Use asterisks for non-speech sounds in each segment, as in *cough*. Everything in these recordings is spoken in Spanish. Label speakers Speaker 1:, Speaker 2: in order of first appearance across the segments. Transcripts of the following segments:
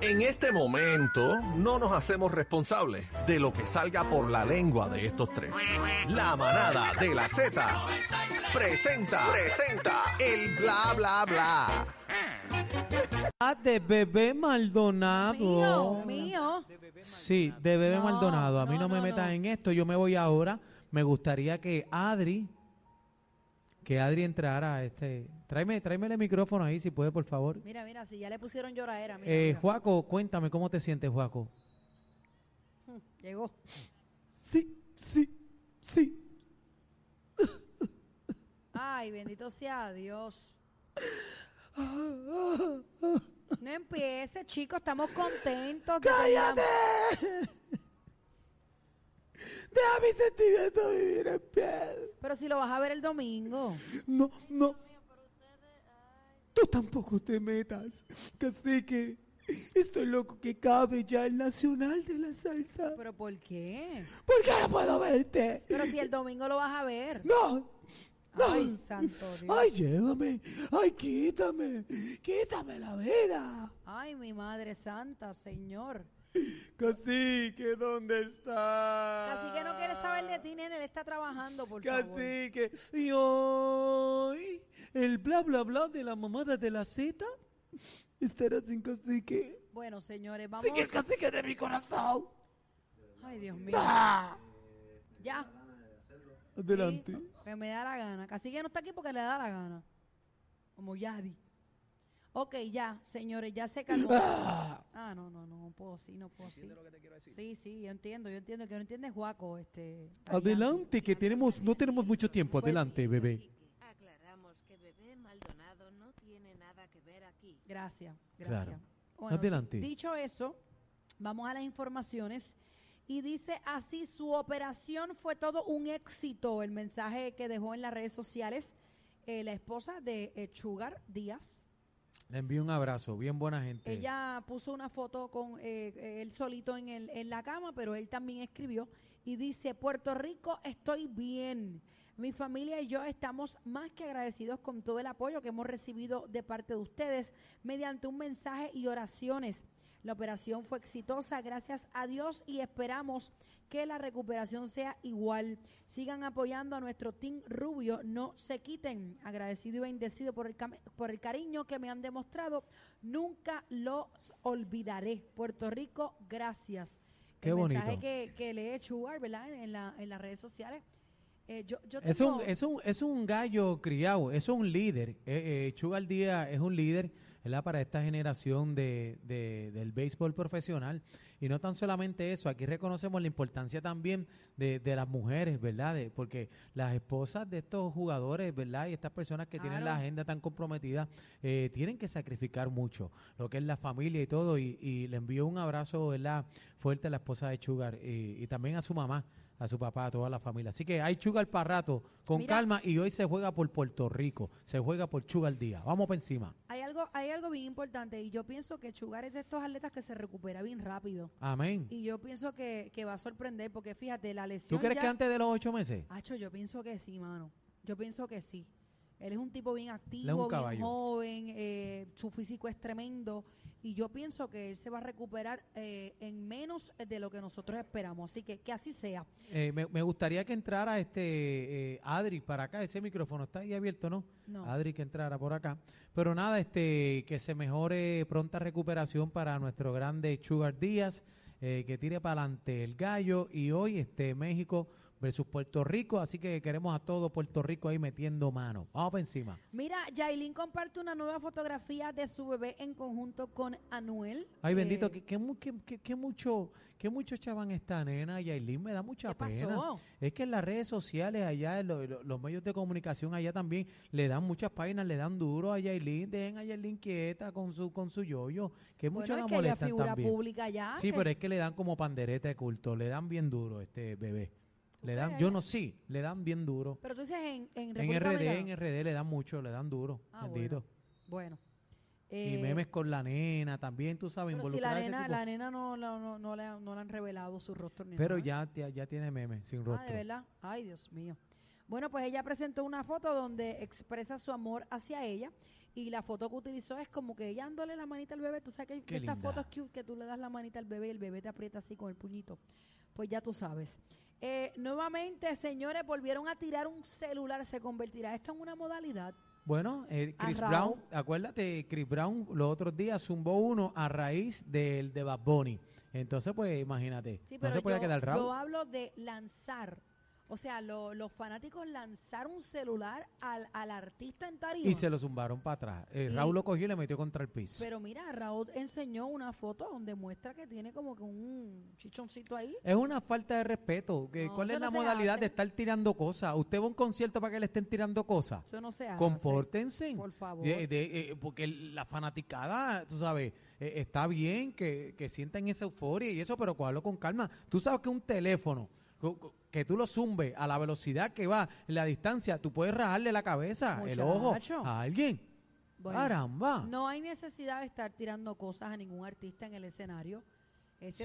Speaker 1: En este momento no nos hacemos responsables de lo que salga por la lengua de estos tres. La manada de la Z presenta, presenta el bla bla bla.
Speaker 2: Ah, de bebé Maldonado.
Speaker 3: Mío, mío.
Speaker 2: Sí, de bebé
Speaker 3: No,
Speaker 2: Maldonado. A mí no,
Speaker 3: no,
Speaker 2: me
Speaker 3: no,
Speaker 2: metas
Speaker 3: no.
Speaker 2: en esto. Yo me voy ahora. Me gustaría que Adri, que Adri entrara a este. Tráeme, tráeme el micrófono ahí, si puede, por favor.
Speaker 3: Mira, mira, si ya le pusieron lloradera. Mira,
Speaker 2: Eh,
Speaker 3: mira.
Speaker 2: Juaco, cuéntame cómo te sientes, Juaco.
Speaker 3: Llegó.
Speaker 2: Sí, sí, sí.
Speaker 3: Ay, bendito sea Dios. No empiece, chicos, estamos contentos. de que
Speaker 2: ¡Cállate!
Speaker 3: hayamos-
Speaker 2: Deja mis sentimientos vivir en piel.
Speaker 3: Pero si lo vas a ver el domingo.
Speaker 2: No, no. Tú tampoco te metas, cacique. Estoy loco que cabe ya el nacional de la salsa.
Speaker 3: ¿Pero por qué?
Speaker 2: Porque ahora puedo verte.
Speaker 3: Pero si el domingo lo vas a ver.
Speaker 2: No. No.
Speaker 3: Ay, santo Dios.
Speaker 2: Ay, llévame. Ay, quítame. Quítame la vida.
Speaker 3: Ay, mi madre santa, señor.
Speaker 2: Cacique, ¿dónde estás?
Speaker 3: Así que no quiere saber de ti, nene. Él está trabajando, por favor.
Speaker 2: Cacique, y hoy el bla bla bla de la mamada de la Z estará sin cacique.
Speaker 3: Bueno, señores, vamos.
Speaker 2: Así que el cacique de mi corazón.
Speaker 3: Ay, Dios mío.
Speaker 2: ¡Ah!
Speaker 3: Ya.
Speaker 2: Adelante.
Speaker 3: Sí, que me da la gana. Casi que no está aquí porque le da la gana. Como Yadi. Ok, ya, señores, ya
Speaker 2: *laughs*
Speaker 3: se calmó.
Speaker 2: ¡Ah!
Speaker 3: Ah, no, no, no, no puedo sí, no puedo sí. Sí, sí, yo entiendo, yo entiendo. Que no entiende Juaco, este.
Speaker 2: Adelante, que tenemos, no tenemos mucho tiempo.
Speaker 3: Pues,
Speaker 2: Adelante, bebé.
Speaker 4: Aclaramos que Bebé Maldonado no tiene nada que ver aquí.
Speaker 3: Gracias, gracias.
Speaker 2: Claro.
Speaker 3: Bueno,
Speaker 2: Adelante.
Speaker 3: Dicho eso, vamos a las informaciones. Y dice así, su operación fue todo un éxito. El mensaje que dejó en las redes sociales eh, la esposa de eh, Sugar Díaz.
Speaker 2: Le envío un abrazo, bien buena gente.
Speaker 3: Ella puso una foto con eh, eh, él solito en, el, en la cama, pero él también escribió y dice, Puerto Rico, estoy bien. Mi familia y yo estamos más que agradecidos con todo el apoyo que hemos recibido de parte de ustedes mediante un mensaje y oraciones. La operación fue exitosa, gracias a Dios, y esperamos que la recuperación sea igual. Sigan apoyando a nuestro Team Rubio, no se quiten. Agradecido y bendecido por el, cam- por el cariño que me han demostrado. Nunca los olvidaré. Puerto Rico, gracias.
Speaker 2: Qué
Speaker 3: el
Speaker 2: bonito.
Speaker 3: mensaje que, que lee Chugar, ¿verdad? En, la- en las redes sociales. Eh, yo, yo
Speaker 2: Es
Speaker 3: tengo-
Speaker 2: un, es, un, es un gallo criado, es un líder. Eh, eh, Sugar Díaz es un líder ¿verdad? para esta generación de, de- del béisbol profesional. Y no tan solamente eso, aquí reconocemos la importancia también de, de las mujeres, ¿verdad? De- porque las esposas de estos jugadores, ¿verdad? Y estas personas que tienen la
Speaker 3: Claro.
Speaker 2: agenda tan comprometida, eh, tienen que sacrificar mucho, lo que es la familia y todo. Y, y le envío un abrazo, ¿verdad? Fuerte a la esposa de Sugar y, y también a su mamá a su papá, a toda la familia. Así que hay Chugal para rato, con
Speaker 3: Mira.
Speaker 2: calma, y hoy se juega por Puerto Rico, se juega por Chugal Día. Vamos para encima.
Speaker 3: Hay algo, hay algo bien importante y yo pienso que Chugar es de estos atletas que se recupera bien rápido.
Speaker 2: Amén.
Speaker 3: Y yo pienso que, que va a sorprender porque fíjate, la lesión
Speaker 2: ¿Tú crees
Speaker 3: ya-
Speaker 2: que antes de los ocho meses?
Speaker 3: Acho, yo pienso que sí, mano. Yo pienso que sí. Él es un tipo bien
Speaker 2: es un
Speaker 3: activo, bien
Speaker 2: caballo.
Speaker 3: joven, eh, su físico es tremendo y yo pienso que él se va a recuperar eh, en menos de lo que nosotros esperamos. Así que que así sea.
Speaker 2: Eh, me, me gustaría que entrara este eh, Adri para acá, ese micrófono está ahí abierto, ¿no?
Speaker 3: No.
Speaker 2: Adri que entrara por acá. Pero nada, este que se mejore pronta recuperación para nuestro grande Sugar Díaz, eh, que tire para adelante el gallo y hoy este México versus Puerto Rico, así que queremos a todo Puerto Rico ahí metiendo mano. Vamos para encima.
Speaker 3: Mira, Yailin comparte una nueva fotografía de su bebé en conjunto con Anuel.
Speaker 2: Ay, bendito,
Speaker 3: Eh,
Speaker 2: que, que, mu- que- que- que mucho, que mucho chavan esta nena, Yailin, me da mucha
Speaker 3: ¿Qué
Speaker 2: pena.
Speaker 3: pasó?
Speaker 2: Es que en las redes sociales allá, en lo- lo- los medios de comunicación allá también, le dan muchas páginas, le dan duro a Yailin, dejen a Yailin quieta con su, con su yoyo, que mucho la
Speaker 3: Bueno, es que ella es
Speaker 2: molestan
Speaker 3: figura
Speaker 2: también.
Speaker 3: pública ya.
Speaker 2: Sí,
Speaker 3: que-
Speaker 2: pero es que le dan como pandereta de culto, le dan bien duro este bebé.
Speaker 3: ¿Tú
Speaker 2: Le dan,
Speaker 3: crees?
Speaker 2: yo no sí, le dan bien duro.
Speaker 3: *laughs* pero tú dices en, en,
Speaker 2: En
Speaker 3: República
Speaker 2: RD,
Speaker 3: Dominicana.
Speaker 2: en RD le dan mucho, le dan duro,
Speaker 3: Ah, bueno.
Speaker 2: bendito.
Speaker 3: Bueno.
Speaker 2: Y
Speaker 3: eh,
Speaker 2: memes con la nena también, tú sabes,
Speaker 3: Pero si la
Speaker 2: involucrar a ese
Speaker 3: nena,
Speaker 2: tipo-
Speaker 3: la nena no, la- no, no le, han- no le han revelado su rostro ni
Speaker 2: Pero
Speaker 3: nada.
Speaker 2: ya, ya, ya tiene meme, sin
Speaker 3: Ah, de
Speaker 2: rostro.
Speaker 3: verdad. Ay, Dios mío. Bueno, pues ella presentó una foto donde expresa su amor hacia ella Y la foto que utilizó es como que ella dándole la manita al bebé. Tú sabes que hay
Speaker 2: Qué
Speaker 3: estas
Speaker 2: linda.
Speaker 3: fotos cute que tú le das la manita al bebé y el bebé te aprieta así con el puñito. Pues ya tú sabes. Eh, nuevamente, señores, volvieron a tirar un celular. ¿Se convertirá esto en una modalidad?
Speaker 2: Bueno, eh,
Speaker 3: A
Speaker 2: Chris
Speaker 3: Raúl.
Speaker 2: Brown, acuérdate, Chris Brown los otros días zumbó uno a raíz del de Bad Bunny. Entonces, pues imagínate,
Speaker 3: Sí,
Speaker 2: no
Speaker 3: pero
Speaker 2: se podía
Speaker 3: yo,
Speaker 2: quedar Raúl.
Speaker 3: yo hablo de lanzar. O sea, lo- los fanáticos lanzaron un celular al, al artista en tarima.
Speaker 2: Y se lo zumbaron para atrás. Eh,
Speaker 3: Y-
Speaker 2: Raúl lo cogió y le metió contra el piso.
Speaker 3: Pero mira, Raúl enseñó una foto donde muestra que tiene como que un chichoncito ahí.
Speaker 2: es una falta de respeto. que-
Speaker 3: No,
Speaker 2: ¿Cuál
Speaker 3: eso
Speaker 2: es
Speaker 3: no
Speaker 2: la
Speaker 3: se
Speaker 2: modalidad
Speaker 3: hace.
Speaker 2: de estar tirando cosas? ¿Usted va a un concierto para que le estén tirando cosas?
Speaker 3: Eso Ah, no se hace.
Speaker 2: Compórtense.
Speaker 3: Por favor.
Speaker 2: De- de- eh, porque la fanaticada, tú sabes, eh, está bien que, que sientan esa euforia y eso, pero cuadro con calma. Tú sabes que un teléfono, co- co- que tú lo zumbes a la velocidad que va, en la distancia, tú puedes rajarle la cabeza, el ojo
Speaker 3: Muchacho.
Speaker 2: a alguien.
Speaker 3: Bueno,
Speaker 2: Caramba.
Speaker 3: No hay necesidad de estar tirando cosas a ningún artista en el escenario. Ese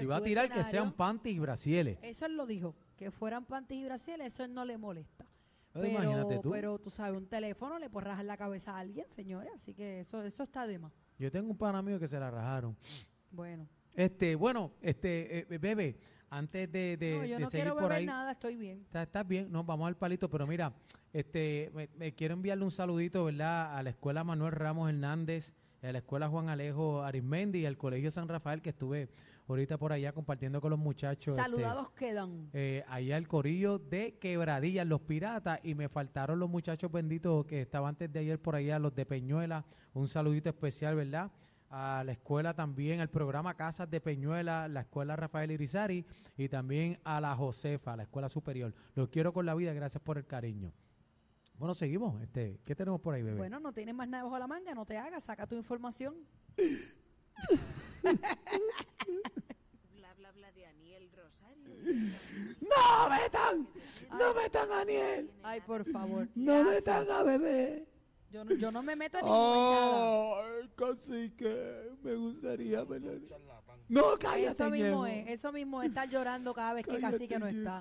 Speaker 2: si
Speaker 3: es
Speaker 2: va a
Speaker 3: su
Speaker 2: tirar, que
Speaker 3: escenario. Eh,
Speaker 2: sean panties y brasieles.
Speaker 3: Eso él lo dijo, que fueran panties y brasieles, eso él no le molesta.
Speaker 2: Ay,
Speaker 3: pero,
Speaker 2: imagínate tú.
Speaker 3: pero tú sabes, un teléfono le puede rajar la cabeza a alguien, señores, así que eso, eso está de más.
Speaker 2: Yo tengo un pana mío que se la rajaron.
Speaker 3: Bueno,
Speaker 2: Este, bueno, este, eh, bebé, antes de, de-
Speaker 3: no,
Speaker 2: Eh,
Speaker 3: yo
Speaker 2: de
Speaker 3: no
Speaker 2: seguir
Speaker 3: quiero
Speaker 2: por
Speaker 3: beber
Speaker 2: ahí.
Speaker 3: nada, estoy bien.
Speaker 2: Está- Estás bien, no, vamos al palito, pero mira, este, me, me quiero enviarle un saludito, ¿verdad? A la escuela Manuel Ramos Hernández, a la escuela Juan Alejo Arismendi y al Colegio San Rafael, que estuve ahorita por allá compartiendo con los muchachos. este,
Speaker 3: Saludados quedan.
Speaker 2: eh, allá el corillo de Quebradillas, los piratas, y me faltaron los muchachos benditos que estaban antes de ayer por allá, los de Peñuela. Un saludito especial, ¿verdad? A la escuela también, al programa Casas de Peñuela, la escuela Rafael Irizarry y también a la Josefa, la escuela superior. Los quiero con la vida, gracias por el cariño. Bueno, seguimos. Este, ¿Qué tenemos por ahí, bebé?
Speaker 3: Bueno, no tienes más nada bajo la manga, no te hagas, saca tu información.
Speaker 4: Bla bla bla de Aniel Rosario.
Speaker 2: *laughs*
Speaker 4: y-
Speaker 2: ¡No metan!
Speaker 3: ¡No
Speaker 2: metan a Daniel!
Speaker 4: tiene
Speaker 3: Ay,
Speaker 4: nada
Speaker 3: por
Speaker 2: *laughs*
Speaker 3: favor. Gracias.
Speaker 2: metan a bebé!
Speaker 3: Yo no, yo no me meto en
Speaker 2: *laughs* Oh,
Speaker 3: ninguna
Speaker 2: casi que me gustaría
Speaker 5: Un charlatán.
Speaker 2: No,
Speaker 3: nada. Eso mismo es, eso mismo es estar llorando cada vez que casi que no está.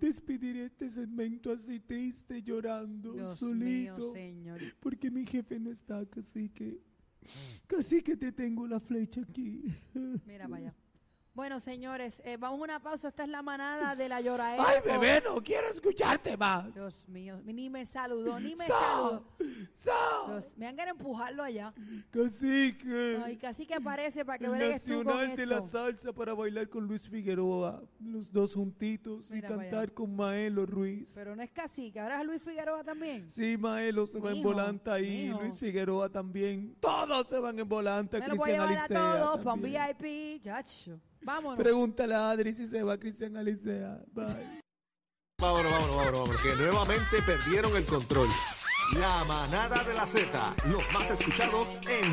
Speaker 2: Despedir este segmento así triste, llorando,
Speaker 3: Dios mío, señor.
Speaker 2: porque mi jefe no está, casi que. Casi que te tengo la flecha aquí.
Speaker 3: Mira para allá. Bueno, señores, eh, vamos a una pausa. Esta es la manada de la lloraera.
Speaker 2: *laughs* ¡Ay, bebé, no quiero escucharte más!
Speaker 3: Dios mío, ni me saludó, ni
Speaker 2: *laughs*
Speaker 3: me
Speaker 2: Sa-
Speaker 3: saludó.
Speaker 2: ¡Sa!
Speaker 3: Dios, me han querido empujarlo allá. Ay,
Speaker 2: Cacique,
Speaker 3: casi que parece para que
Speaker 2: el
Speaker 3: veas tú con
Speaker 2: nacional de la
Speaker 3: esto.
Speaker 2: salsa para bailar con Luis Figueroa, los dos juntitos,
Speaker 3: Mira
Speaker 2: y
Speaker 3: para allá.
Speaker 2: cantar con Maelo Ruiz.
Speaker 3: Pero no es cacique, ahora es Luis Figueroa también.
Speaker 2: Sí, Maelo se va en
Speaker 3: Mijo,
Speaker 2: volanta ahí,
Speaker 3: mijo.
Speaker 2: Luis Figueroa también. Todos se van en volanta,
Speaker 3: Me lo voy a
Speaker 2: Cristian
Speaker 3: llevar a
Speaker 2: Alicea
Speaker 3: todos para un
Speaker 2: también.
Speaker 3: VIP, chacho. Vámonos.
Speaker 2: Pregúntale a Adri si se va Cristian Alicea. Bye.
Speaker 1: Vámonos, vámonos, vámonos, vámonos, que nuevamente perdieron el control. La manada de la Z, los más escuchados en